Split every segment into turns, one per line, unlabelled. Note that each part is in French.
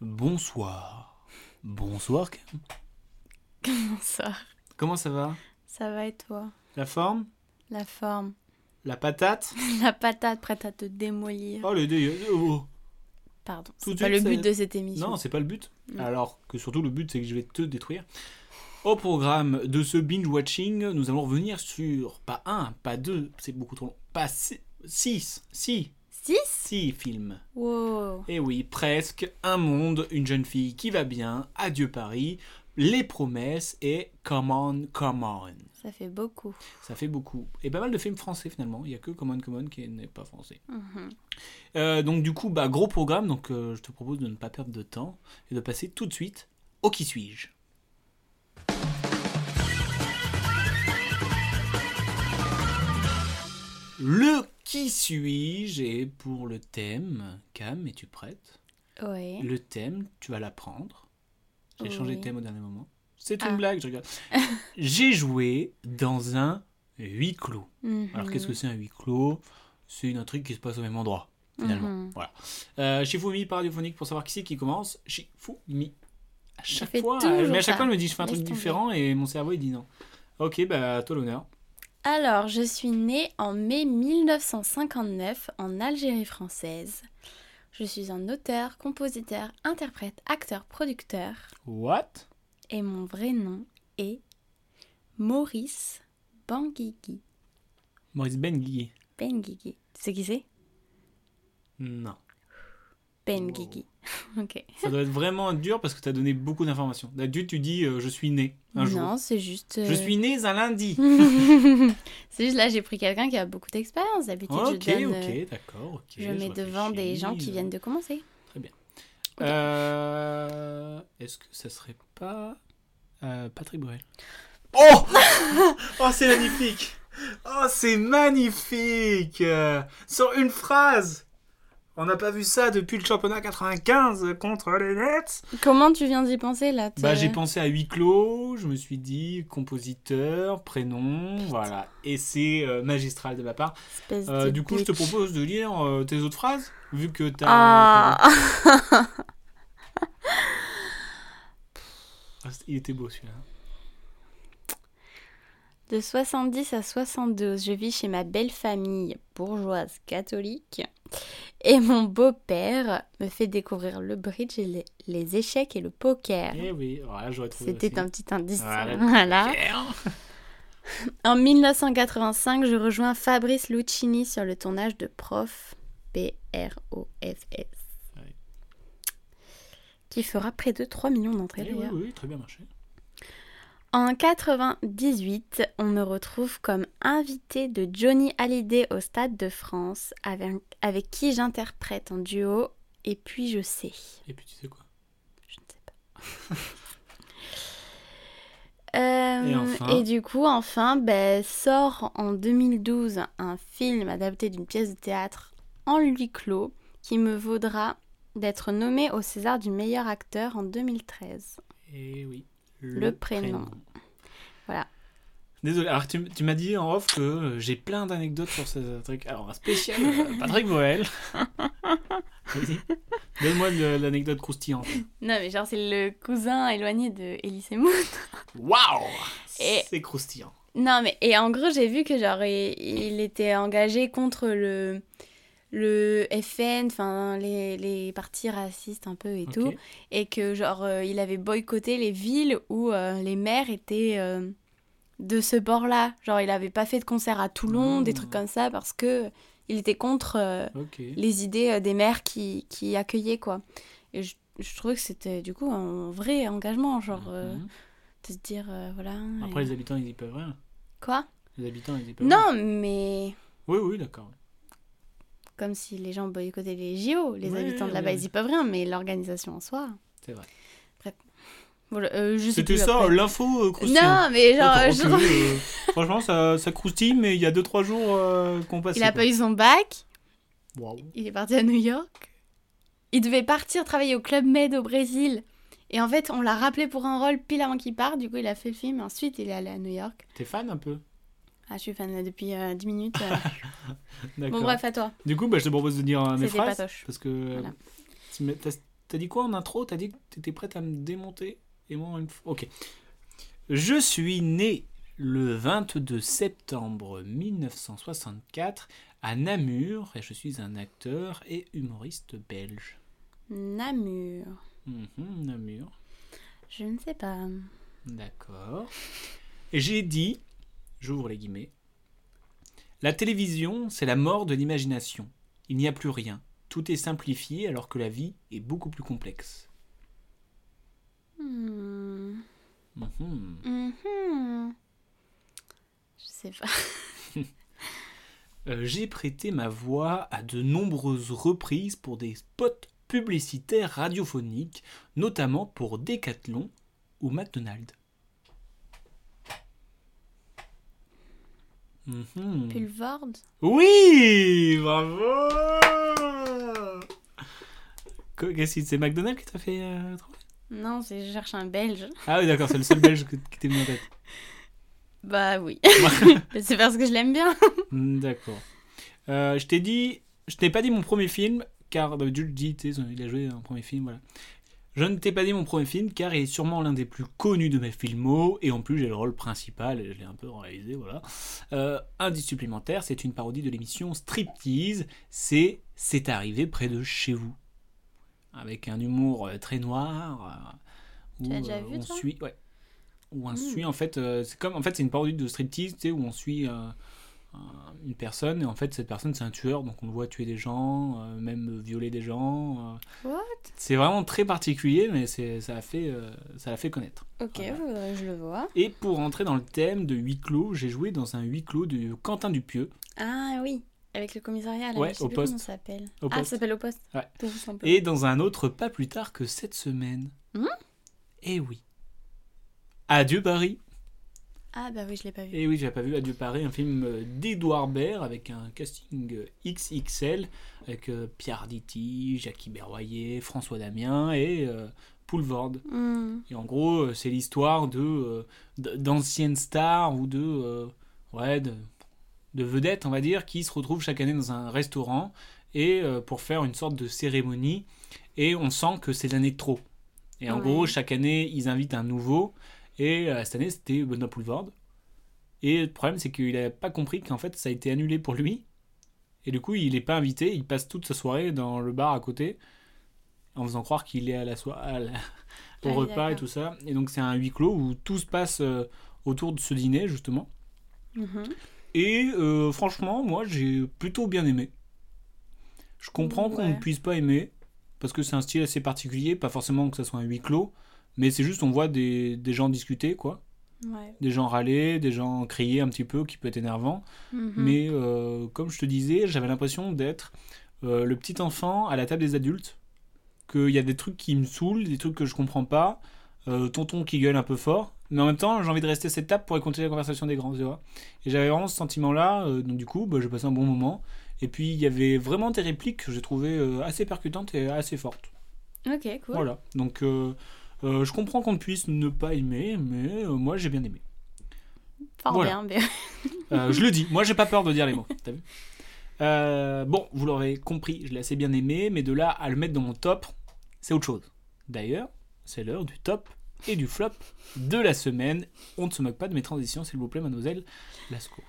Bonsoir. Bonsoir.
Bonsoir.
Comment ça va
Ça va et toi
La forme
La forme.
La patate
La patate prête à te démolir.
Oh le dé... Oh.
Pardon. C'est pas le but de cette émission.
Non, c'est pas le but. Non. Alors que surtout le but c'est que je vais te détruire. Au programme de ce binge-watching, nous allons revenir sur pas un, pas deux, c'est beaucoup trop long, pas six, six, six,
six,
six films.
Wow.
Et Eh oui, presque un monde, une jeune fille qui va bien, adieu Paris, les promesses et Come On, Come On.
Ça fait beaucoup.
Ça fait beaucoup. Et pas mal de films français finalement. Il n'y a que Come On, Come On qui n'est pas français.
Mm -hmm.
euh, donc du coup, bah, gros programme. Donc euh, je te propose de ne pas perdre de temps et de passer tout de suite au Qui suis-je Le Qui suis-je Et pour le thème, Cam, es-tu prête
Oui.
Le thème, tu vas l'apprendre. J'ai
oui.
changé de thème au dernier moment. C'est une ah. blague, je regarde. J'ai joué dans un huis clos.
Mm -hmm.
Alors qu'est-ce que c'est un huis clos C'est une intrigue qui se passe au même endroit, finalement.
Mm -hmm.
Voilà. Euh, Shifumi radiophonique pour savoir qui c'est qui commence. Shifumi. À chaque
fais
fois,
toujours
mais à
ça.
chaque fois, elle me dit je fais un
Laisse
truc
tomber.
différent et mon cerveau il dit non. Ok, bah à toi l'honneur.
Alors, je suis née en mai 1959 en Algérie française. Je suis un auteur, compositeur, interprète, acteur, producteur.
What
Et mon vrai nom est Maurice Benguigui.
Maurice Benguigui.
Benguigui. Tu sais qui c'est
Non.
Benguigui. ok.
Ça doit être vraiment dur parce que t'as donné beaucoup d'informations. D'habitude, tu dis euh, je suis né un
non,
jour.
c'est juste. euh, Hmm,
Je suis né un lundi.
c'est juste là, j'ai pris quelqu'un qui a beaucoup d'expérience. D'habitude,
ok,
je donne. euh,
ok, d'accord. ok,
je mets devant des gens qui
réfléchis.
viennent de commencer.
Euh, Est-ce que ça serait pas euh, Patrick Bruel Oh Oh, c'est magnifique Oh, c'est magnifique Euh, Sur une phrase On n'a pas vu ça depuis le championnat 95 contre les Nets
Comment tu viens d'y penser là
Bah,
t'es-
j'ai pensé à huis clos, je me suis dit compositeur, prénom, voilà. Et c'est euh, magistral de ma part.
Espèce
Euh,
de
du coup, je te
bitch.
propose de lire euh, tes autres phrases, vu que t'as...
Ah
Ah, c- Il était beau celui-là.
De 70 à 72, je vis chez ma belle famille bourgeoise catholique et mon beau-père me fait découvrir le bridge et les, les échecs et le poker.
Eh oui, voilà, j'aurais trouvé.
C'était
aussi. Ah,
un petit indice.
Voilà.
hein, voilà. En 1985, je rejoins Fabrice Lucchini sur le tournage de Prof. P-R-O-F-S.
Ouais.
Qui fera près de 3 millions d'entrées
Eh oui,
d'ailleurs.
oui, très bien marché.
En 98, on me retrouve comme invité de Johnny Hallyday au Stade de France, avec, avec qui j'interprète en duo, et puis je sais.
Et puis tu sais quoi
Je ne sais pas. Euh,
Et
et,
enfin
du coup, enfin, ben, sort en 2012 un film adapté d'une pièce de théâtre en huis clos qui me vaudra d'être nommé au César du meilleur acteur en 2013.
Eh oui.
Le prénom. Voilà.
Désolé, alors tu, tu m'as dit en off que euh, j'ai plein d'anecdotes sur ce truc. Alors, un spécial euh, Patrick Bruel. Vas-y. Donne-moi le- l'anecdote croustillante.
Non, mais genre, c'est le cousin éloigné de Elie Semoun.
Waouh
Et-
C'est croustillant.
Non, mais et en gros, j'ai vu que genre il, il était engagé contre le le FN, enfin les, les partis racistes un peu et
Ok.
tout, et que genre euh, il avait boycotté les villes où euh, les maires étaient euh, de ce bord-là. Genre il avait pas fait de concert à Toulon, des
Mmh.
trucs comme ça parce que euh, il était contre euh,
Ok.
les idées euh, des maires qui, qui accueillaient quoi. Et je, je trouvais que c'était du coup un vrai engagement, genre euh,
Mhm.
de se dire euh, voilà.
Après,
et-
les Bah habitants, ils y peuvent rien.
Quoi
Les habitants, ils y peuvent rien.
Non, mais
Oui, oui, d'accord.
Comme si les gens boycottaient les JO. Les
Ouais,
habitants de là-bas,
ouais.
ils y peuvent rien, mais l'organisation en soi.
C'est vrai.
Voilà, euh, je sais
C'était
plus
ça,
après.
l'info euh, croustillante.
Non, mais genre,
Attends,
je-
ok, euh, franchement, ça, ça croustille, mais il y a 2-3 jours euh, qu'on passe.
il a Ah, pas eu son bac. Il est parti à New York. Il devait partir travailler au Club Med au Brésil. Et en fait, on l'a rappelé pour un rôle pile avant qu'il parte. Du coup, il a fait le film. Ensuite, il est allé à New York.
T'es fan un peu
Ah, je suis fan là depuis euh, 10 minutes. euh.
D'accord.
bon, bref, à toi.
Du coup, bah, je te propose de dire euh, mes
C'était
phrases.
patoche.
Parce que. euh,
Voilà.
tu m'as- T'as t'as dit quoi en intro T'as dit que t'étais prête à me démonter Et moi, une fois- Ok. Je suis né le 22 septembre 1964 à Namur et je suis un acteur et humoriste belge.
Namur.
Mhm, Namur.
Je ne sais pas.
D'accord. Et j'ai dit, j'ouvre les guillemets, la télévision, c'est la mort de l'imagination. Il n'y a plus rien. Tout est simplifié alors que la vie est beaucoup plus complexe.
Hmm.
Mhm.
Mhm. Je sais pas.
Euh, j'ai prêté ma voix à de nombreuses reprises pour des spots publicitaires radiophoniques, notamment pour Decathlon ou McDonald's.
Hmm.
Mhm.
Pulvord
Oui Bravo Qu- Qu'est-ce que c'est McDonald's qui t'a fait euh, trouver
Non, c'est je cherche un Belge.
Ah oui, d'accord, c'est le seul belge que- qui t'est mis en tête.
Bah oui. Mais c'est parce que je l'aime bien.
Mm, D'accord. Euh, je t'ai dit, je t'ai pas dit mon premier film, car d'habitude je dis, tu sais, il a joué un premier film, voilà. Je ne t'ai pas dit mon premier film, car il est sûrement l'un des plus connus de mes filmos, et en plus j'ai le rôle principal, et je l'ai un peu réalisé, voilà. Euh, indice supplémentaire, c'est une parodie de l'émission Striptease, c'est C'est arrivé près de chez vous. Avec un humour euh, très noir. euh,
Tu
où,
l'as déjà
euh,
vu,
on
toi
suit, ouais. Où on
Mm.
suit, en fait, euh, c'est comme, en fait, c'est une parodie de Striptease, tu sais, où on suit. euh, un- une personne et en fait cette personne c'est un tueur donc on le voit tuer des gens euh, même euh, violer des gens euh.
What
c'est vraiment très particulier mais c'est ça a fait euh, ça l'a fait connaître
Ok,
Voilà.
faudrait que je le vois.
et pour rentrer dans le thème de huis clos j'ai joué dans un huis clos de Quentin Dupieux
Ah oui, avec le commissariat. Là,
Ouais,
je sais
au
plus
poste.
Comment ça s'appelle
Au
Ah,
poste.
ça s'appelle au poste.
Ouais.
Tout simplement.
et dans un autre pas plus tard que cette semaine
Hmm
et oui Adieu Paris
Ah bah oui, je l'ai pas vu.
Et oui, j'avais pas vu Adieu Paris, un film euh, d'Edouard Baird avec un casting euh, XXL avec euh, Pierre Ditti, Jackie Berroyer, François Damien et euh, Poulvord.
Hmm.
Et en gros, euh, c'est l'histoire de euh, d- d'anciennes stars ou de euh, ouais de, de vedettes, on va dire, qui se retrouvent chaque année dans un restaurant et euh, pour faire une sorte de cérémonie. Et on sent que c'est l'année de trop. Et en
Ouais.
gros, chaque année, ils invitent un nouveau. Et euh, cette année, c'était Benoît Poulvord. Et le problème, c'est qu'il n'a pas compris qu'en fait, ça a été annulé pour lui. Et du coup, il n'est pas invité. Il passe toute sa soirée dans le bar à côté, en faisant croire qu'il est à la soirée, au
Ah oui,
repas et
d'accord.
tout ça. Et donc, c'est un huis clos où tout se passe euh, autour de ce dîner, justement.
Mhm.
Et euh, franchement, moi, j'ai plutôt bien aimé. Je comprends qu'on ne
Ouais.
puisse pas aimer, parce que c'est un style assez particulier, pas forcément que ça soit un huis clos, mais c'est juste on voit des, des gens discuter, quoi.
Ouais.
Des gens râler, des gens crier un petit peu, qui peut être énervant.
Mhm.
Mais euh, comme je te disais, j'avais l'impression d'être euh, le petit enfant à la table des adultes. Qu'il y a des trucs qui me saoulent, des trucs que je comprends pas, euh, tonton qui gueule un peu fort. Mais en même temps, j'ai envie de rester à cette table pour écouter la conversation des grands, tu vois. Et j'avais vraiment ce sentiment-là, euh, donc du coup, bah, j'ai passé un bon moment. Et puis, il y avait vraiment des répliques que j'ai trouvées euh, assez percutantes et assez fortes.
Ok, cool.
Voilà. Donc, euh, euh, je comprends qu'on puisse ne pas aimer, mais euh, moi, j'ai bien aimé.
Fort bien.
Voilà.
ben, bien.
Euh, je le dis, moi j'ai pas peur de dire les mots, t'as vu Euh, Bon, vous l'aurez compris, je l'ai assez bien aimé, mais de là à le mettre dans mon top, c'est autre chose. D'ailleurs, c'est l'heure du top et du flop de la semaine. On ne se moque pas de mes transitions, s'il vous plaît, mademoiselle Lasco.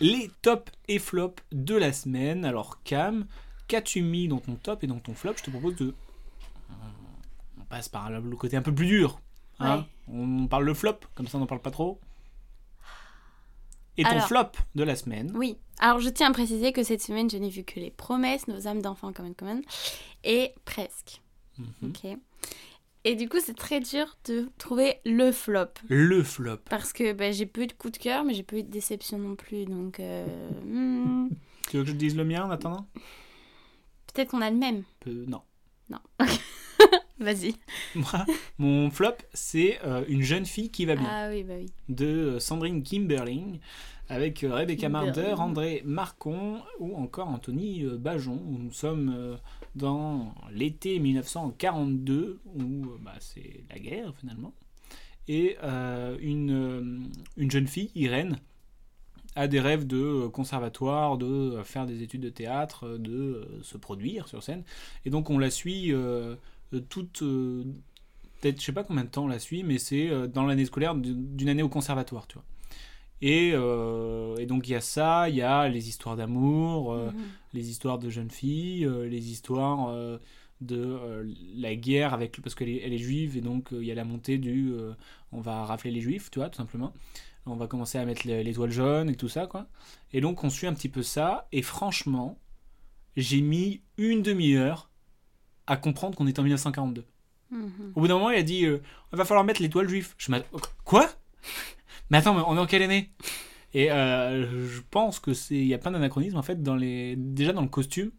Les tops et flops de la semaine. Alors Cam, qu'as-tu mis dans ton top et dans ton flop Je te propose de... On passe par le côté un peu plus dur. hein.
Ouais.
On parle le flop, comme ça on n'en parle pas trop. Et ton
Alors.
flop de la semaine
Oui. Alors je tiens à préciser que cette semaine, je n'ai vu que les promesses, nos âmes d'enfants, comme common, et presque.
Mhm.
Ok. Et du coup, c'est très dur de trouver le flop.
Le flop.
Parce que bah, j'ai peu eu de coups de cœur, mais j'ai peu eu de déception non plus. Donc, euh, hmm,
Tu veux que je dise le mien en attendant
peut-être qu'on a le même.
Peu- Non.
Vas-y.
Moi, mon flop, c'est euh, Une jeune fille qui va bien.
Ah oui, bah oui.
de euh, Sandrine Kimberling avec euh, Rebecca
Kimberling.
Marder, André Marcon ou encore Anthony euh, Bajon. où Nous sommes euh, dans l'été 1942 où euh, bah, c'est la guerre finalement. Et euh, une, euh, une jeune fille, Irène, a des rêves de euh, conservatoire, de euh, faire des études de théâtre, euh, de euh, se produire sur scène. Et donc on la suit euh, euh, toute... euh, peut-être je sais pas combien de temps on la suit, mais c'est euh, dans l'année scolaire d'une d'une année au conservatoire, tu vois. Et, euh, et donc il y a ça, il y a les histoires d'amour, euh,
Mhm.
les histoires de jeunes filles, euh, les histoires euh, de euh, la guerre avec parce qu'elle est, elle est juive et donc euh, il y a la montée du euh, on va rafler les juifs, tu vois, tout simplement. On va commencer à mettre les- l'étoile jaune et tout ça quoi. Et donc on suit un petit peu ça et franchement, j'ai mis une demi-heure à comprendre qu'on est en 1942.
Mhm.
Au bout d'un moment, il a dit euh, Il va falloir mettre l'étoile juif. Je m'att- Quoi Mais attends, mais on est en quelle année Et euh, je pense que c'est il y a plein d'anachronismes en fait dans les déjà dans le costume.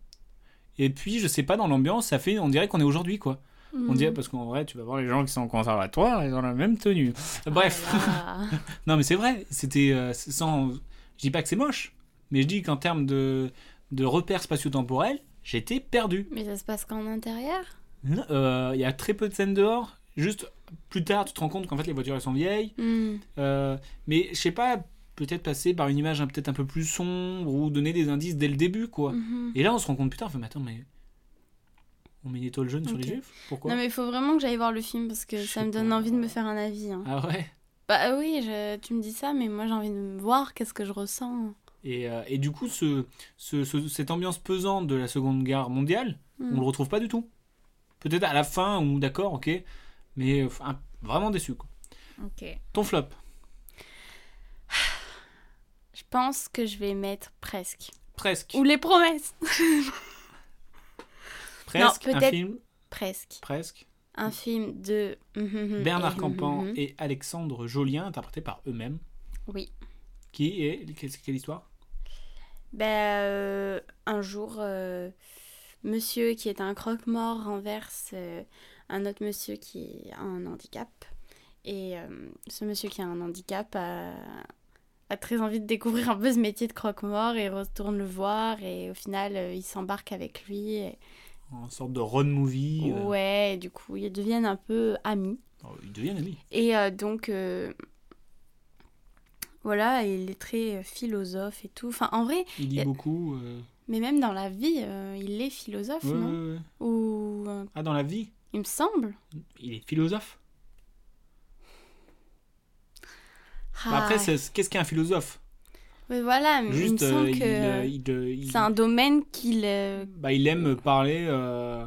Et puis je sais pas dans l'ambiance, ça fait on dirait qu'on est aujourd'hui quoi.
Mhm.
On
Mm.
dirait parce qu'en vrai, tu vas voir les gens qui sont en conservatoire, ils ont la même tenue. Bref.
Ah là.
Non, mais c'est vrai. C'était euh, c'est sans. Je dis pas que c'est moche, mais je dis qu'en termes de de repères spatio-temporels, j'étais perdu.
mais ça se passe qu'en intérieur
Non, euh, Il y a très peu de scènes dehors. Juste plus tard, tu te rends compte qu'en fait les voitures elles sont vieilles.
Hmm.
Euh, mais je sais pas, peut-être passer par une image hein, peut-être un peu plus sombre ou donner des indices dès le début quoi.
Mhm.
Et là on se rend compte plus tard, on fait mais attends mais on met une étoile jaune sur les
Ok.
juifs Pourquoi
Non mais il faut vraiment que j'aille voir le film parce que
Je
ça
sais
me donne
pas.
envie de me faire un avis. hein.
Ah ouais.
Bah oui, je- tu me dis ça, mais moi j'ai envie de me voir, qu'est-ce que je ressens
Et, euh, et du coup ce, ce- ce- cette ambiance pesante de la Seconde Guerre mondiale,
Hmm.
on le retrouve pas du tout. Peut-être à la fin ou d'accord ok, mais euh, un- vraiment déçu quoi.
Ok.
Ton flop
Je pense que je vais mettre presque.
presque
Ou les promesses
presque un
peut-être-
film
Presque.
presque
Un film de... mm-hmm, Mm.
Bernard Campan
Mhm.
et Alexandre Jolien, interprétés par eux-mêmes.
Oui.
Qui est quelle, quelle histoire
Ben, euh, un jour, euh, monsieur qui est un croque-mort renverse euh, un autre monsieur qui a un handicap. Et euh, ce monsieur qui a un handicap a, a très envie de découvrir un peu ce métier de croque-mort et retourne le voir. Et au final, euh, il s'embarque avec lui. Et-
En sorte de road movie. euh,
Ouais, et du coup, ils deviennent un peu amis.
oh, ils deviennent amis.
Et euh, donc, euh, voilà, il est très euh, philosophe et tout. Enfin, en vrai,
Il lit
Et-
beaucoup. euh,
mais même dans la vie, euh, il est philosophe,
ouais,
non
ouais, ouais.
Ou. euh,
Ah, dans la vie
il me semble.
Il est philosophe. Bah,
Ah,
après, c'est- qu'est-ce qu'un philosophe
ouais, voilà, mais
Juste,
il me semble
euh, il,
que
euh,
euh,
il, euh, il-
c'est un domaine qu'il. euh,
bah, il aime parler euh,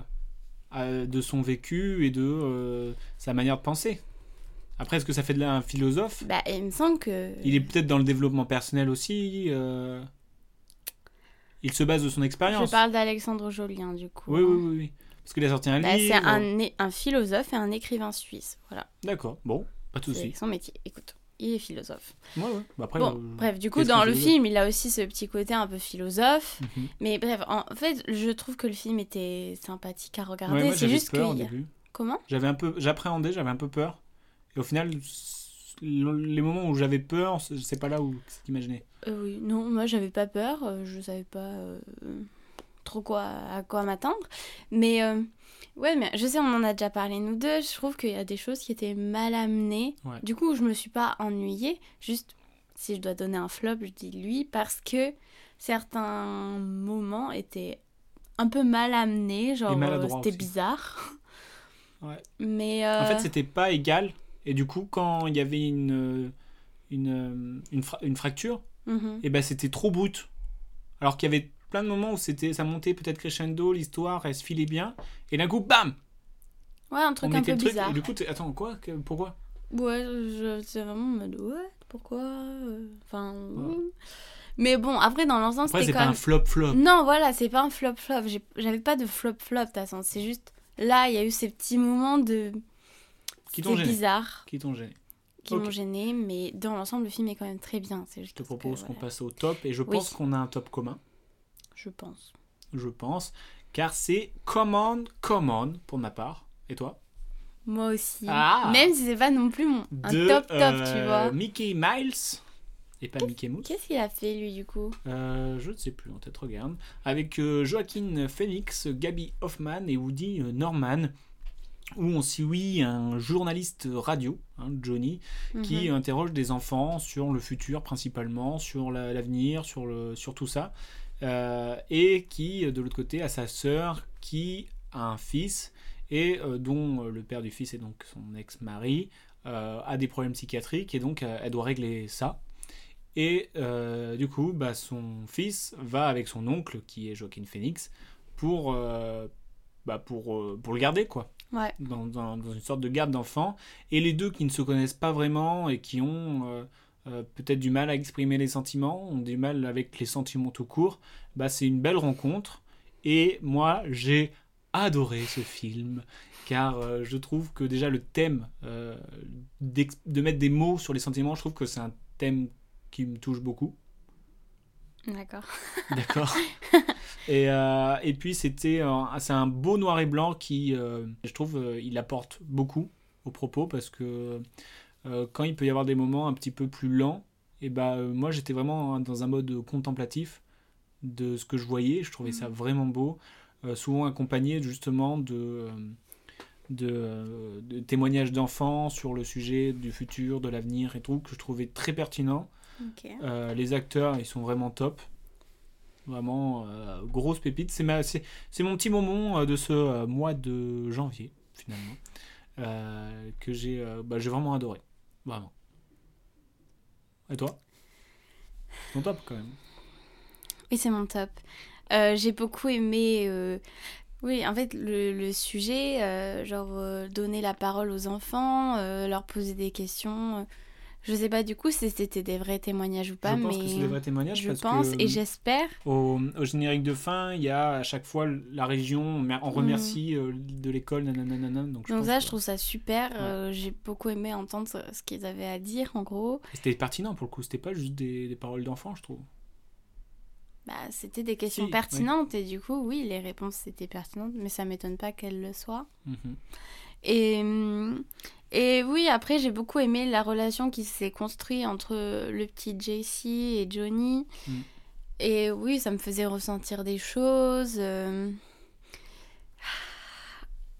à- de son vécu et de euh, sa manière de penser. Après, est-ce que ça fait de là un philosophe
bah, il me semble que.
Il est peut-être dans le développement personnel aussi. euh, Il se base de son
Je
expérience.
parle d'Alexandre Jolien, du coup.
Oui,
hein.
oui, oui, oui. Parce qu'il a sorti un
Bah, c'est
livre.
un, é- un philosophe et un écrivain suisse. Voilà,
D'accord, bon, pas de
c'est
souci.
son métier. Écoute, il est philosophe.
Ouais, ouais. Bah, après,
bon,
euh,
bref, du coup,
qu'est-ce
dans
que
le
je veux
film, il a aussi ce petit côté un peu philosophe.
Mhm.
Mais bref, en fait, je trouve que le film était sympathique à
Ouais,
regarder.
moi,
c'est
j'avais
juste que.
peur au début.
Comment
J'avais un peu, j'appréhendais, j'avais un peu peur. Et au final, s- les moments où j'avais peur, c'est c'est pas là où c'est imaginé.
Euh, Oui, non, moi, j'avais pas peur. euh, Je savais pas euh, trop quoi, à quoi m'attendre. Mais. euh, Ouais, mais je sais, on en a déjà parlé nous deux. Je trouve qu'il y a des choses qui étaient mal amenées.
Ouais.
Du coup, je me suis pas ennuyée. Juste, si je dois donner un flop, je dis lui parce que certains moments étaient un peu mal amenés. Genre,
maladroits
euh, c'était
aussi.
bizarre.
Ouais.
Mais.
En
euh,
fait, c'était pas égal. Et du coup, quand il y avait une, une, une, fra- une fracture,
mhm.
et ben c'était trop brut. Alors qu'il y avait plein de moments où c'était ça montait peut-être crescendo, l'histoire, elle se filait bien, et d'un coup, bam
Ouais, un truc un peu
le
bizarre.
et du coup, t'es- attends, quoi Que- Pourquoi
Ouais, je- c'est vraiment en mode ouais, pourquoi euh, Enfin.
Ouais.
ouais. Mais bon, après, dans l'ensemble,
Après,
c'était quand
c'est pas
même. Mm.
un flop-flop.
Non, voilà, c'est pas un flop-flop. J'ai- J'avais pas de flop-flop, t'as sens. C'est juste. Là, il y a eu ces petits moments de. C'est
Qui t'ont gêné
bizarre,
Qui t'ont gêné.
qui
Ok.
m'ont gêné, mais dans l'ensemble, le film est quand même très bien. C'est juste
Je te
parce que,
propose qu'on
voilà,
passe au top et je
Oui.
pense qu'on a un top commun,
Je pense.
je pense, car c'est Command Command pour ma part. Et toi
Moi aussi.
Ah
Même si c'est pas non plus mon, un
De,
top top, tu
euh,
vois.
Mickey Miles et pas Mickey Mouse.
Qu'est-ce qu'il a fait lui du coup
Euh, je ne sais plus, en tête regarde. Avec euh, Joaquin Phoenix, Gabby Hoffman et Woody euh, Norman, où on suit un journaliste radio, hein, Johnny,
Mhm.
qui interroge des enfants sur le futur principalement, sur la- l'avenir, sur, le- sur tout ça, Euh, et qui, de l'autre côté, a sa sœur qui a un fils, et euh, dont euh, le père du fils est donc son ex-mari, euh, a des problèmes psychiatriques, et donc euh, elle doit régler ça. Et euh, du coup, bah, son fils va avec son oncle, qui est Joaquin Phoenix, pour, euh, bah, pour, euh, pour le garder, quoi.
Ouais.
Dans, dans- dans une sorte de garde d'enfant. Et les deux qui ne se connaissent pas vraiment et qui ont euh, euh, peut-être du mal à exprimer les sentiments, ont du mal avec les sentiments tout court, bah, c'est une belle rencontre. Et moi, j'ai adoré ce film, car euh, je trouve que déjà le thème euh, d'ex- de mettre des mots sur les sentiments, je trouve que c'est un thème qui me touche beaucoup. hein.
D'accord.
D'accord. et, euh, et puis c'était un- c'est un beau noir et blanc qui, euh, je trouve, euh, il apporte beaucoup au propos parce que euh, quand il peut y avoir des moments un petit peu plus lents, et bah, euh, moi j'étais vraiment dans un mode contemplatif de ce que je voyais. Je trouvais ça vraiment beau, euh, souvent accompagné justement de euh, de, euh, de témoignages d'enfants sur le sujet du futur, de l'avenir et tout, que je trouvais très pertinent.
Ok.
Euh, les acteurs, ils sont vraiment top. Vraiment, euh, grosse pépite. C'est, ma, c'est, c'est mon petit moment euh, de ce euh, mois de janvier, finalement, euh, que j'ai, euh, bah, j'ai vraiment adoré. Vraiment. Et toi Ton top, quand même.
Oui, c'est mon top. Euh, j'ai beaucoup aimé. euh, Oui, en fait, le, le sujet, euh, genre euh, donner la parole aux enfants, euh, leur poser des questions. euh, Je sais pas du coup si c'était des vrais témoignages ou pas,
je pense
mais
que c'est des vrais témoignages.
je
parce
pense
que,
et j'espère.
au, au générique de fin, il y a à chaque fois la région, on mer- on remercie euh, de l'école, nanana. nanana, Donc, je
Donc
pense
Mm. ça,
que-
je trouve ça super.
Ouais.
euh, j'ai beaucoup aimé entendre ce- ce qu'ils avaient à dire, en gros.
Et C'était pertinent pour le coup, c'était pas juste des, des paroles d'enfants, je trouve.
Bah, c'était des questions
Si,
pertinentes et du coup, oui, les réponses étaient pertinentes, mais ça m'étonne pas qu'elles le soient.
Mhm.
Et, hum, et oui, après, j'ai beaucoup aimé la relation qui s'est construite entre le petit JC et Johnny.
Mm.
Et oui, ça me faisait ressentir des choses. euh,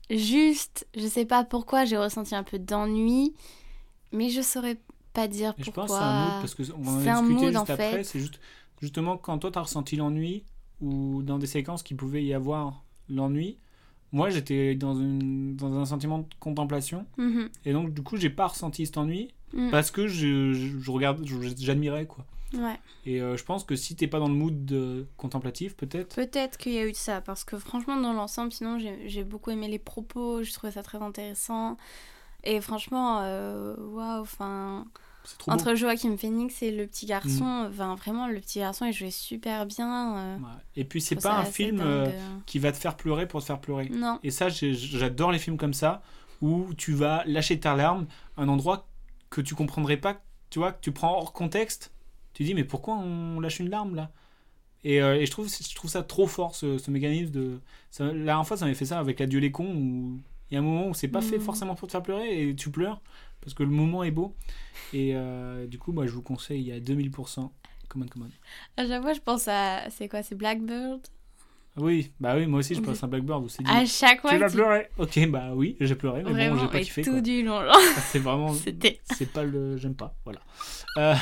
Juste, je sais pas pourquoi, j'ai ressenti un peu d'ennui, mais je saurais pas dire
Mais je
pourquoi.
pense que c'est un mood, parce qu'on en
C'est un
a discuté
mood,
juste
en
après.
fait.
C'est juste, justement quand toi, tu as ressenti l'ennui, ou dans des séquences qui pouvait y avoir l'ennui, moi, j'étais dans, une, dans un sentiment de contemplation,
Mhm,
et donc, du coup, j'ai pas ressenti cet ennui,
Mm.
parce que je, je, je regarde, je- j'admirais, quoi.
ouais.
Et euh, je pense que si t'es pas dans le mood euh, contemplatif, peut-être,
Peut-être qu'il y a eu de ça, parce que franchement, dans l'ensemble, sinon, j'ai j'ai beaucoup aimé les propos, je trouvais ça très intéressant. Et franchement, euh, waouh, enfin.
c'est trop beau. Mm.
Entre Joachim Phoenix et le petit garçon, enfin, vraiment, le petit garçon, il jouait super bien. euh,
Ouais. Et puis, c'est
je trouve
pas
ça
un
assez
film
dingue.
euh, qui va te faire pleurer pour te faire pleurer.
Non,
Et ça, j'ai- j'adore les films comme ça, où tu vas lâcher ta larme à un endroit que tu comprendrais pas, tu vois, que tu prends hors contexte. Tu dis, mais pourquoi on lâche une larme là et, euh, et je, trouve, je trouve ça trop fort, ce, ce mécanisme de. ça- la dernière fois, ça m'avait fait ça avec Adieu les cons, où il y a un moment où c'est pas fait
Mhm.
forcément pour te faire pleurer, et tu pleures, parce que le moment est beau. Et euh, du coup, moi, je vous conseille à 2000%. Command, command.
à chaque fois, je pense à. C'est quoi, c'est Blackbird
Ah Oui, bah oui, moi aussi, je pense à Blackbird, où c'est dit.
À chaque fois,
tu l'as
tu-
pleuré Ok, bah oui, j'ai pleuré, mais
Ah, vraiment,
bon, j'ai pas
et
kiffé.
tout
quoi.
du long. genre,
C'est vraiment.
C'était.
C'est pas le. J'aime pas. Voilà. Euh,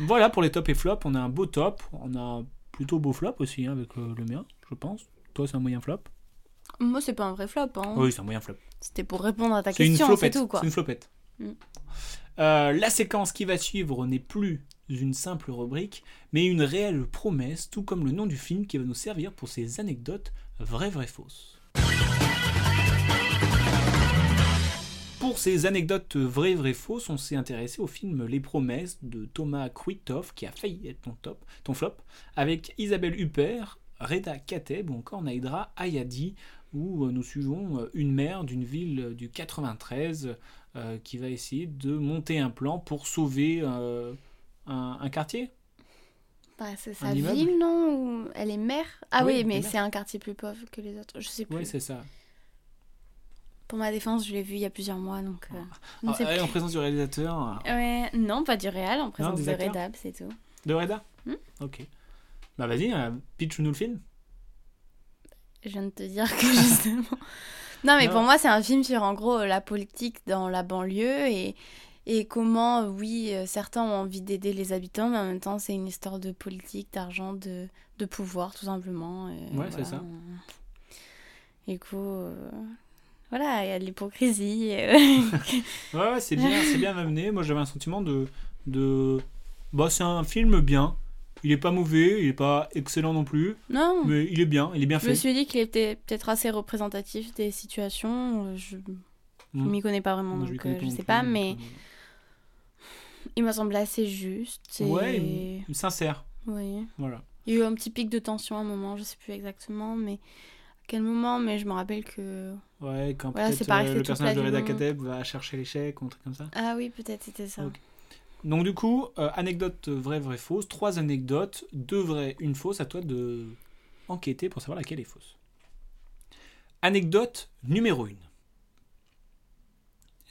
voilà pour les tops et flops. On a un beau top. On a un plutôt beau flop aussi hein, avec euh, le mien, je pense. Toi, c'est un moyen flop
Moi, c'est pas un vrai flop, hein.
Oui, c'est un moyen flop.
C'était pour répondre à ta
C'est une
question, c'est
flopette.
tout, quoi.
C'est une flopette.
Mm.
Euh, la séquence qui va suivre n'est plus une simple rubrique, mais une réelle promesse, tout comme le nom du film qui va nous servir pour ces anecdotes vraies, vraies, fausses. Pour ces anecdotes vraies, vraies, fausses, on s'est intéressé au film Les Promesses de Thomas Kruithoff, qui a failli être ton, top, ton flop, avec Isabelle Huppert, Reda Kateb ou encore Naïdra Ayadi, où euh, nous suivons euh, une mère d'une ville euh, du 93 euh, qui va essayer de monter un plan pour sauver euh, un, un quartier.
Bah, c'est
Un
sa
immeuble
ville, non Ou Elle est maire Ah oui,
Oui, elle est
mais
maire.
c'est un quartier plus pauvre que les autres. Je sais plus.
Oui, c'est ça.
Pour ma défense, je l'ai vu il y a plusieurs mois, donc... euh, je ne
Ah,
sais
allez,
plus.
en présence du réalisateur euh,
Ouais, non, pas du réel, en présence
des
de
acteurs.
Redab, c'est tout.
de Reda.
Hmm
ok. Bah vas-y, euh, pitch-nous le film.
Je viens de te dire que justement... non, mais
Non.
pour moi, c'est un film sur, en gros, la politique dans la banlieue et, et comment, oui, euh, certains ont envie d'aider les habitants, mais en même temps, c'est une histoire de politique, d'argent, de, de pouvoir, tout simplement. et
Ouais, c'est
voilà.
ça.
Du coup, euh, voilà, il y a de l'hypocrisie. euh,
Ouais, ouais, c'est bien, c'est bien amené. Moi, j'avais un sentiment de, de, bah, c'est un film bien. Il est pas mauvais, il est pas excellent non plus,
non
mais il est bien, il est bien
Hmm. Je me
fait.
suis dit qu'il était peut-être assez représentatif des situations. euh, Je, je
Mm.
m'y connais pas vraiment,
Moi, je lui
donc
connais
euh, je
pas non
sais
plus,
pas,
donc,
mais il m'a semblé assez juste.
euh,
Et...
ouais, il- il est sincère,
oui.
voilà.
Il y a eu un petit pic de tension à un moment, je sais plus exactement, mais à quel moment, mais je me rappelle que.
Ouais, quand
Voilà, c'est
peut-être
pareil,
euh,
c'est
le
toute
personnage de
la hein.
Reda
violence.
Kateb va chercher l'échec ou un truc comme ça.
Ah oui, peut-être c'était ça.
Ok. Donc du coup, euh, anecdote vraie, vraie, fausse. Trois anecdotes, deux vraies, une fausse. À toi de enquêter pour savoir laquelle est fausse. Anecdote numéro une.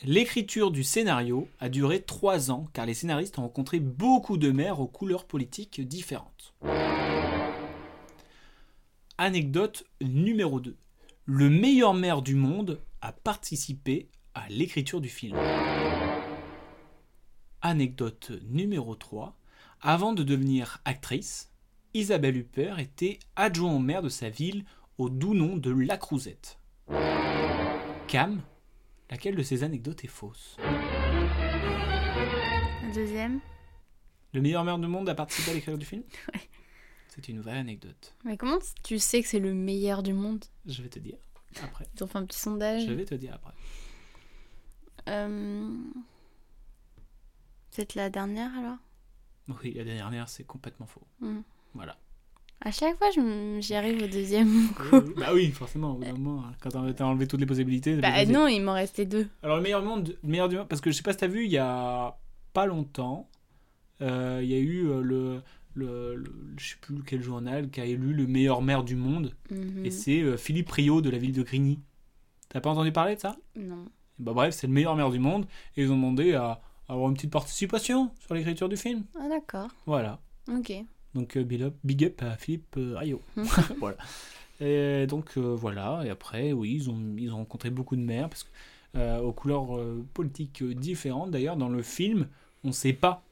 L'écriture du scénario a duré trois ans car les scénaristes ont rencontré beaucoup de maires aux couleurs politiques différentes. Anecdote numéro 2. Le meilleur maire du monde a participé à l'écriture du film. Anecdote numéro 3. Avant de devenir actrice, Isabelle Huppert était adjoint au maire de sa ville au doux nom de La Crouzette. Cam, laquelle de ces anecdotes est fausse
La deuxième
Le meilleur maire du monde a participé à l'écriture du film C'est une vraie anecdote.
Mais comment tu sais que c'est le meilleur du monde
Je vais te dire après.
Ils ont fait un petit sondage.
Je vais te dire après.
Euh, Peut-être la dernière alors
Oui, la dernière, c'est complètement faux.
Mm.
Voilà.
À chaque fois, je m- j'y arrive au deuxième.
bah oui, forcément, au bout d'un moment, hein, quand on t'a enlevé toutes les possibilités.
Bah
vas-y.
non, il m'en restait deux.
Alors, le meilleur monde, le meilleur du monde, parce que je sais pas si t'as vu, il y a pas longtemps, euh, il y a eu euh, le, le, le- Je sais plus quel journal qui a élu le meilleur maire du monde,
Mhm.
et c'est euh, Philippe Rio de la ville de Grigny. T'as pas entendu parler de ça
Non.
Bah bref, c'est le meilleur maire du monde, et ils ont demandé à, à avoir une petite participation sur l'écriture du film.
Ah d'accord.
Voilà.
Ok.
Donc euh, big up, big up à Philippe euh, Rio.
Hmm.
voilà. Et donc euh, voilà, et après, oui, ils ont, ils ont rencontré beaucoup de maires, parce que, euh, aux couleurs euh, politiques euh, différentes. D'ailleurs, dans le film, on ne sait pas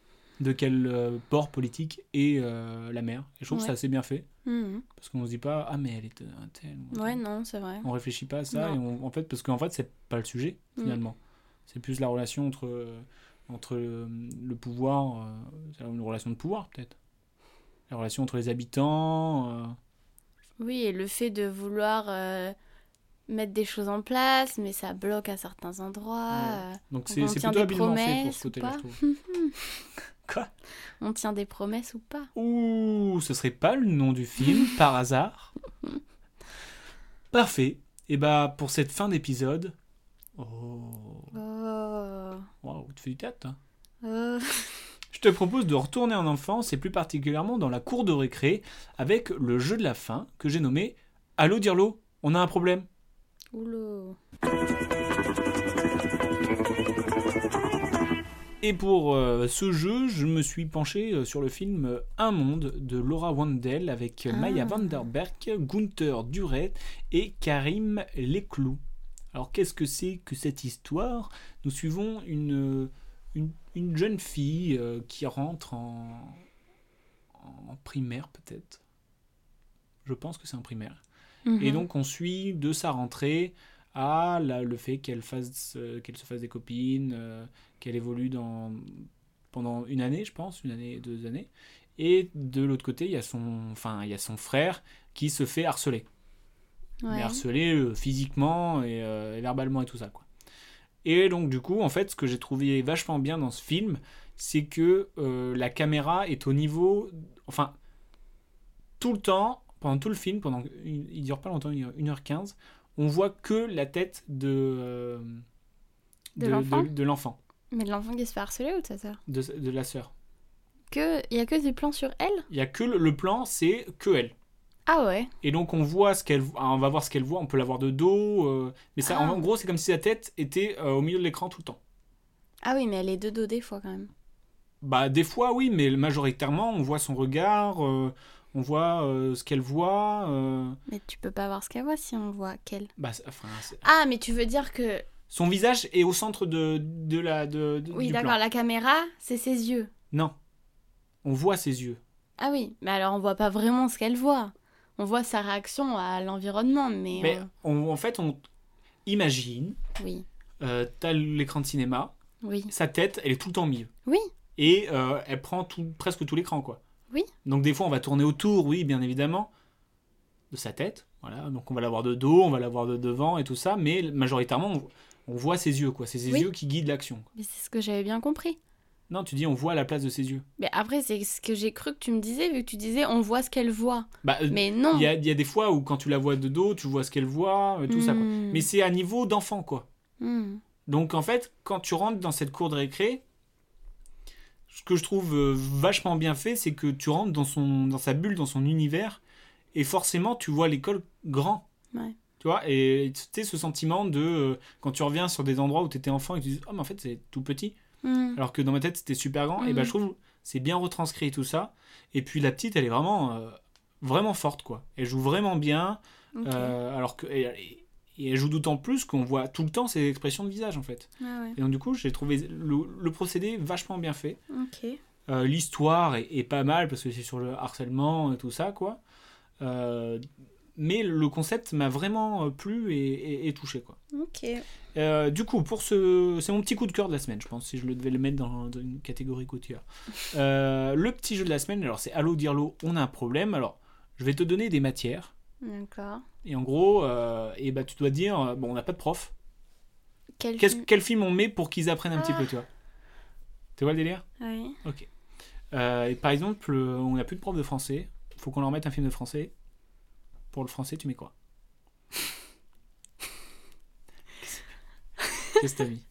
de quel euh, bord politique est euh, la mère. Et je trouve que
Ouais.
c'est assez bien fait,
Mhm.
parce qu'on ne se dit pas, ah mais elle est un tel. ou un
Ouais,
tel.
non, c'est vrai.
On réfléchit pas à ça,
Non.
et on- en fait, parce qu'en fait, c'est pas le sujet,
Mm.
finalement. C'est plus la relation entre, euh, entre euh, le pouvoir, euh, c'est une relation de pouvoir, peut-être. La relation entre les habitants. euh,
Oui, et le fait de vouloir euh, mettre des choses en place, mais ça bloque à certains endroits. euh,
Donc
On
c'est
en
c'est
tient
plutôt
des
habilement fait pour
promesses
ce
ou
côté-là,
pas
je trouve. Quoi
on tient des promesses ou pas
Ouh, ce serait pas le nom du film, par hasard Parfait. Et bah, pour cette fin d'épisode... Oh...
Oh.
Waouh, tu fais du théâtre, hein. toi
Oh.
Je te propose de retourner en enfance et plus particulièrement dans la cour de récré avec le jeu de la fin que j'ai nommé Allô Dirlo, on a un problème.
Oulou.
Et pour euh, ce jeu, je me suis penché euh, sur le film euh, Un monde de Laura Wandel avec euh, Maya
Ah.
Vanderberg, Gunther Duret et Karim Leclou. Alors qu'est-ce que c'est que cette histoire Nous suivons une, euh, une, une jeune fille euh, qui rentre en, en primaire peut-être. Je pense que c'est en primaire. Et
Mhm.
donc on suit de sa rentrée à la- le fait qu'elle fasse, euh, qu'elle se fasse des copines, euh, qu'elle évolue dans, pendant une année, je pense, une année, deux années. Et de l'autre côté, il y a son, enfin, il y a son frère qui se fait harceler, mais
Ouais.
harceler euh, physiquement et, euh, et verbalement et tout ça, quoi. Et donc du coup, en fait, ce que j'ai trouvé vachement bien dans ce film, c'est que euh, la caméra est au niveau, enfin, tout le temps, pendant tout le film, pendant une- il dure pas longtemps, il dure 1h15, on voit que la tête de, euh,
De l'enfant
de l'enfant,
Mais de l'enfant qui se fait harceler ou de sa sœur
de, de la sœur.
Que il y a que des plans sur elle
Il y a que le, le plan, c'est que elle.
Ah ouais.
Et donc on voit ce qu'elle, ah, on va voir ce qu'elle voit. On peut la voir de dos, euh, mais ça, en,
Ah.
en gros, c'est comme si sa tête était euh, au milieu de l'écran tout le temps.
Ah oui, mais elle est de dos des fois quand même.
Bah des fois oui, mais majoritairement on voit son regard, euh, on voit euh, ce qu'elle voit. euh,
Mais tu peux pas voir ce qu'elle voit si on voit qu'elle.
bah, c'est- enfin, c'est-
Ah, mais tu veux dire que
son visage est au centre de, de la de, de-
oui,
du
d'accord,
plan.
la caméra, c'est ses yeux.
Non, on voit ses yeux.
Ah oui, mais alors on voit pas vraiment ce qu'elle voit. On voit sa réaction à l'environnement, mais,
Mais on- en fait, on imagine,
on- oui,
euh, t'as l'écran de cinéma,
oui,
sa tête, elle est tout le temps au milieu.
Oui.
Et euh, elle prend tout, presque tout l'écran, quoi.
Oui.
Donc des fois, on va tourner autour, oui, bien évidemment, de sa tête. Voilà, donc on va la voir de dos, on va la voir de devant et tout ça, mais majoritairement, on, on voit ses yeux, quoi. C'est ses
Oui.
yeux qui guident l'action.
mais c'est ce que j'avais bien compris.
Non, tu dis on voit à la place de ses yeux.
Mais après, c'est ce que j'ai cru que tu me disais, vu que tu disais on voit ce qu'elle voit.
Bah, euh,
Mais non.
il y a, il y a des fois où quand tu la vois de dos, tu vois ce qu'elle voit, euh, tout ça, quoi.
Hmm,
Mais c'est à niveau d'enfant, quoi.
hmm.
Donc en fait, quand tu rentres dans cette cour de récré, ce que je trouve euh, vachement bien fait, c'est que tu rentres dans, son, dans sa bulle, dans son univers, et forcément tu vois l'école grand.
Ouais.
Tu vois, et tu sais, ce sentiment de. euh, quand tu reviens sur des endroits où tu étais enfant et que tu dis, oh, mais en fait c'est tout petit,
Hmm.
alors que dans ma tête c'était super grand, et ben
Mhm.
je trouve c'est bien retranscrit tout ça. Et puis la petite, elle est vraiment, euh, vraiment forte, quoi. Elle joue vraiment bien,
Ok.
euh, alors que. Et, et elle joue d'autant plus qu'on voit tout le temps ses expressions de visage, en fait.
Ah ouais.
Et donc du coup, j'ai trouvé le, le procédé vachement bien fait.
Ok.
Euh, L'histoire est, est pas mal parce que c'est sur le harcèlement et tout ça, quoi. Euh, mais le concept m'a vraiment euh, plu et, et- et touché, quoi.
Ok.
Euh, du coup, pour ce, c'est mon petit coup de cœur de la semaine, je pense, si je le devais le mettre dans, dans une catégorie coup de cœur. Euh, le petit jeu de la semaine, alors c'est Allo Dirlo, on a un problème. Alors, je vais te donner des matières
D'accord.
et en gros, euh, et bah, tu dois dire, euh, bon, on n'a pas de prof.
Quel
Qu'est-ce-
film-
Quel film on met pour qu'ils apprennent un petit
Ah.
peu, tu vois Tu vois le délire
Oui.
Euh, et par exemple, euh, on n'a plus de prof de français. Faut qu'on leur mette un film de français. Pour le français, tu mets quoi Qu'est-ce que t'as mis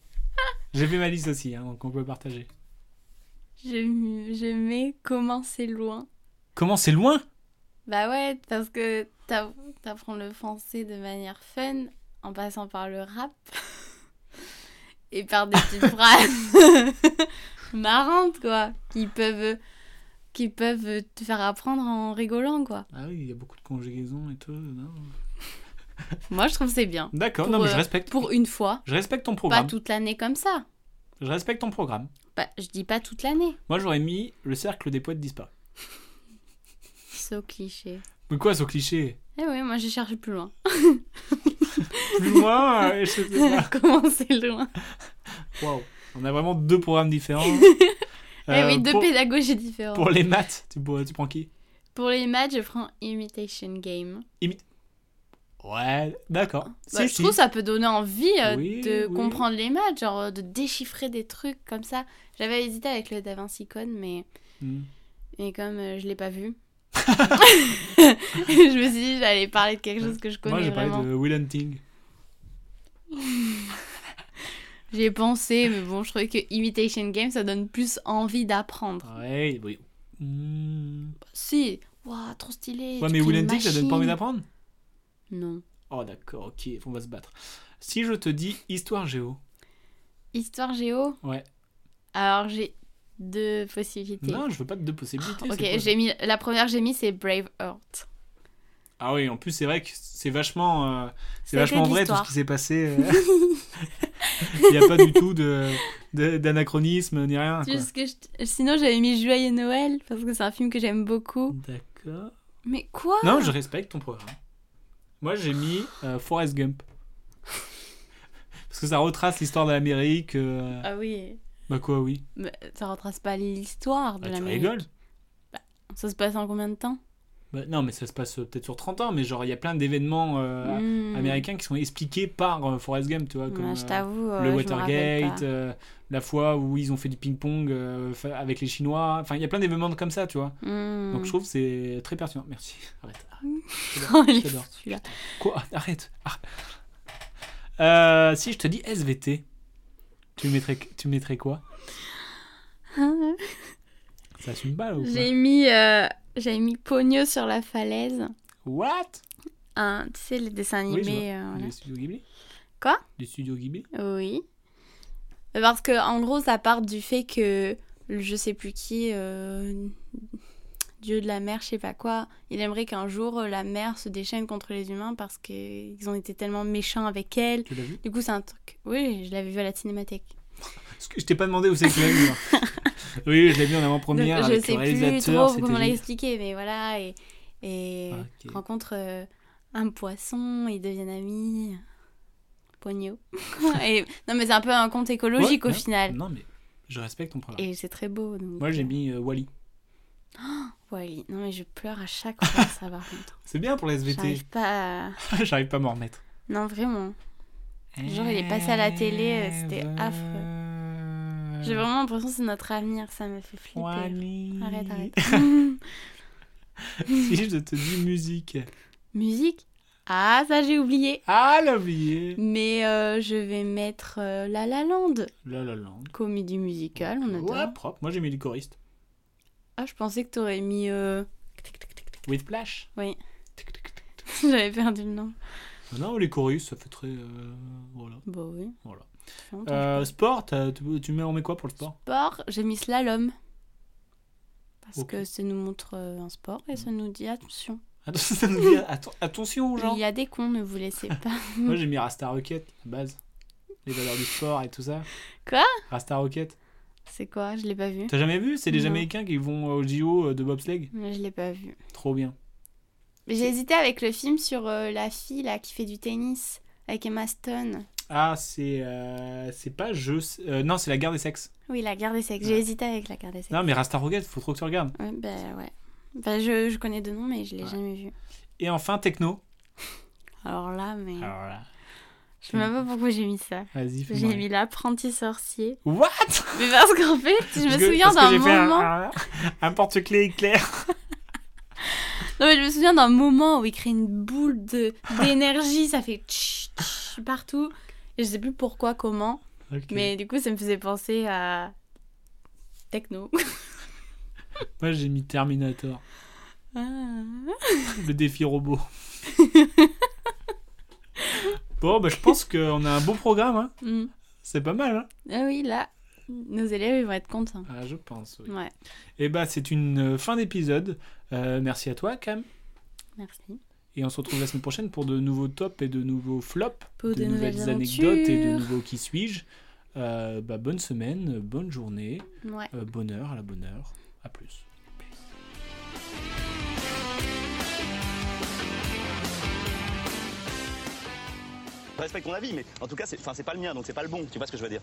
J'ai fait ma liste aussi, hein, donc on peut partager.
Je, je mets comment c'est loin.
Comment c'est loin
Bah ouais, parce que t'av- t'apprends le français de manière fun en passant par le rap et par des petites phrases marrantes quoi, qui peuvent qui peuvent te faire apprendre en rigolant quoi.
Ah oui, il y a beaucoup de conjugaisons et tout. non
Moi je trouve que c'est bien
D'accord,
Pour,
non mais
euh,
je respecte.
pour une fois,
Je respecte ton
pas
programme.
toute l'année comme ça.
Je respecte ton programme.
Bah, je dis pas toute l'année,
Moi, j'aurais mis le cercle des poètes disparus.
c'est au cliché.
Mais quoi, ce cliché
Eh oui, moi j'ai cherché plus loin.
Plus loin, euh, je sais pas.
Comment c'est loin
Waouh, on a vraiment deux programmes différents.
Eh
Euh,
oui, deux
pour,
pédagogies différentes.
pour les maths, tu, tu prends qui
Pour les maths, je prends Imitation Game.
Ouais, d'accord.
Bah,
Si,
je
si.
trouve ça peut donner envie euh,
Oui,
de
oui.
comprendre les maths, genre euh, de déchiffrer des trucs comme ça. J'avais hésité avec le Da Vinci Code, mais,
Mm.
mais comme euh, je l'ai pas vu, je me suis dit j'allais parler de quelque chose que je connais
Moi, j'ai parlé
vraiment.
de Will Hunting.
J'y ai pensé, mais bon, je trouvais que Imitation Game, ça donne plus envie d'apprendre.
Ouais, oui. Mm.
Si, waouh, trop stylé.
Ouais,
tu
mais
crées
Will
une
Hunting, ça donne pas envie
machine.
d'apprendre
Non.
Oh, d'accord, ok, on va se battre. Si je te dis histoire géo,
Histoire géo
Ouais.
Alors j'ai deux possibilités.
non, je veux pas de deux possibilités.
Ok,
c'est quoi
j'ai mis la première j'ai mis c'est Braveheart.
Ah oui, en plus, c'est vrai que c'est vachement, euh,
C'était
c'est vachement
de
vrai tout
l'histoire.
ce qui s'est passé. euh. Il n'y a pas du tout de- de- d'anachronisme ni rien.
C'est
quoi.
juste que je- sinon j'avais mis Joyeux Noël parce que c'est un film que j'aime beaucoup.
D'accord.
Mais quoi
Non, je respecte ton programme. Moi, j'ai mis euh, Forrest Gump. Parce que ça retrace l'histoire de l'Amérique. euh,
Ah oui.
Bah quoi, oui.
Mais ça retrace pas l'histoire de
Bah,
la
tu rigoles.
Ça se passe en combien de temps
Bah, non, mais ça se passe euh, peut-être sur 30 ans, mais genre, il y a plein d'événements euh,
Hmm.
américains qui sont expliqués par euh, Forrest Gump, tu vois.
Ouais,
Comme,
je
euh,
t'avoue. euh,
le
je me rappelle
Watergate,
pas.
euh, la fois où ils ont fait du ping-pong euh, fa- avec les Chinois. Enfin, il y a plein d'événements comme ça, tu vois.
Hmm.
Donc, je trouve que c'est très pertinent. Merci. Arrête.
Oh, il est
j'adore.
fou, celui-là.
Quoi Arrête. Arrête. Euh, si je te dis SVT. Tu mettrais, tu mettrais quoi
Hein
Ça assume pas, là, ou quoi
J'ai mis, euh, j'avais mis Pogneux sur la falaise.
What
Un, tu sais, les dessins animés.
Oui, je vois.
euh,
Du studio Ghibli
Quoi
Du studio Ghibli
voilà. Oui. Parce que, en gros, ça part du fait que le je sais plus qui, euh, dieu de la mer, je sais pas quoi, il aimerait qu'un jour euh, la mer se déchaîne contre les humains parce qu'ils ont été tellement méchants avec elle.
Tu l'as vu
Du coup, c'est un truc. Oui, je l'avais vu à la cinémathèque.
Parce que Je t'ai pas demandé où c'est que tu l'as vu. hein. oui, je l'ai vu en avant-première
Donc,
avec
je sais
le
plus
réalisateur.
trop
c'était
comment
génial. Ah,
l'expliquer, mais voilà. Et, et
Ok.
rencontre euh, un poisson, ils deviennent amis. Poignot. et, non, mais c'est un peu un conte écologique
Ouais,
au
ouais.
final.
Non, mais je respecte ton programme.
Et c'est très beau. Donc,
Moi, j'ai mis euh, Wally.
Wall-E. Non, mais je pleure à chaque fois, ça par contre.
C'est bien pour les SVT.
J'arrive pas à-
J'arrive pas à m'en remettre.
Non, vraiment. Genre, il est passé à la télé,
Eh
euh, c'était affreux. J'ai vraiment l'impression que c'est notre avenir, ça me fait flipper.
Wally.
Arrête, arrête.
si je te dis musique.
Musique Ah, ça j'ai oublié.
Ah, l'a oublié.
Mais euh, je vais mettre euh, La La Land.
La La Land.
Comédie musicale, on adore.
Ouais, propre. Moi, j'ai mis le choriste.
Ah, je pensais que t'aurais mis. euh,
With Flash.
Oui. J'avais perdu le nom.
Ah Non, les choristes, ça fait très. euh, voilà.
Bon, Bah oui.
Voilà.
ça fait longtemps,
Euh, sport, t'as- tu, tu mets, on met quoi pour le sport
je pense. Sport, j'ai mis slalom. Parce
Ok.
que ça nous montre euh, un sport et ça nous dit attention.
Attends, ça nous dit- atten- Attention aux gens.
Il y a des cons, ne vous laissez pas.
Moi, j'ai mis Rasta Rocket, la base. Les valeurs du sport et tout ça.
Quoi
Rasta Rocket.
C'est quoi Je l'ai pas vu.
T'as jamais vu C'est des
Non.
Jamaïcains qui vont au JO de bobsleigh.
Je l'ai pas vu.
Trop bien.
Mais J'ai hésité avec le film sur euh, la fille là qui fait du tennis avec Emma Stone.
Ah, c'est. euh, c'est pas je. sais- euh, non, c'est la guerre des sexes.
Oui, la garde des sexes. J'ai
Ouais.
hésité avec la garde des sexes.
Non, mais Rasta Rocket, faut trop que tu regardes.
Ouais, bah ouais. Bah, je, je connais deux noms, mais je l'ai
Ouais.
jamais vu.
Et enfin, techno.
Alors là, mais.
Alors hmm. là,
Je sais même pas pourquoi j'ai mis ça.
vas-y,
J'ai
fais-moi.
mis l'apprenti sorcier.
What
Mais parce qu'en fait, je me
Parce que-
souviens
parce que
d'un
j'ai fait un-
moment.
Un, un porte-clés éclair.
Non, mais je me souviens d'un moment où il crée une boule de d'énergie, ça fait tch, tch partout. Et je sais plus pourquoi, comment.
Ok.
Mais du coup, ça me faisait penser à. Techno.
Moi, j'ai mis Terminator.
Ah.
Le défi robot. bon, bah, je pense qu'on a un beau programme. hein.
Mm.
C'est pas mal, hein
Ah oui, là, nos élèves, ils vont être contents.
Ah, je pense, oui.
Ouais,
Et bah, c'est une euh, fin d'épisode. Euh, merci à toi, Cam.
merci.
Et on se retrouve la semaine prochaine pour de nouveaux tops et de nouveaux flops,
Pour
de,
de
nouvelles,
nouvelles
anecdotes et de
aventures.
nouveaux qui suis-je. Euh, bah, bonne semaine, bonne journée,
Ouais.
euh, bonheur à la bonne heure. À plus.
respecte ton avis, mais en tout cas, c'est enfin, c'est pas le mien, donc c'est pas le bon. Tu vois ce que je veux dire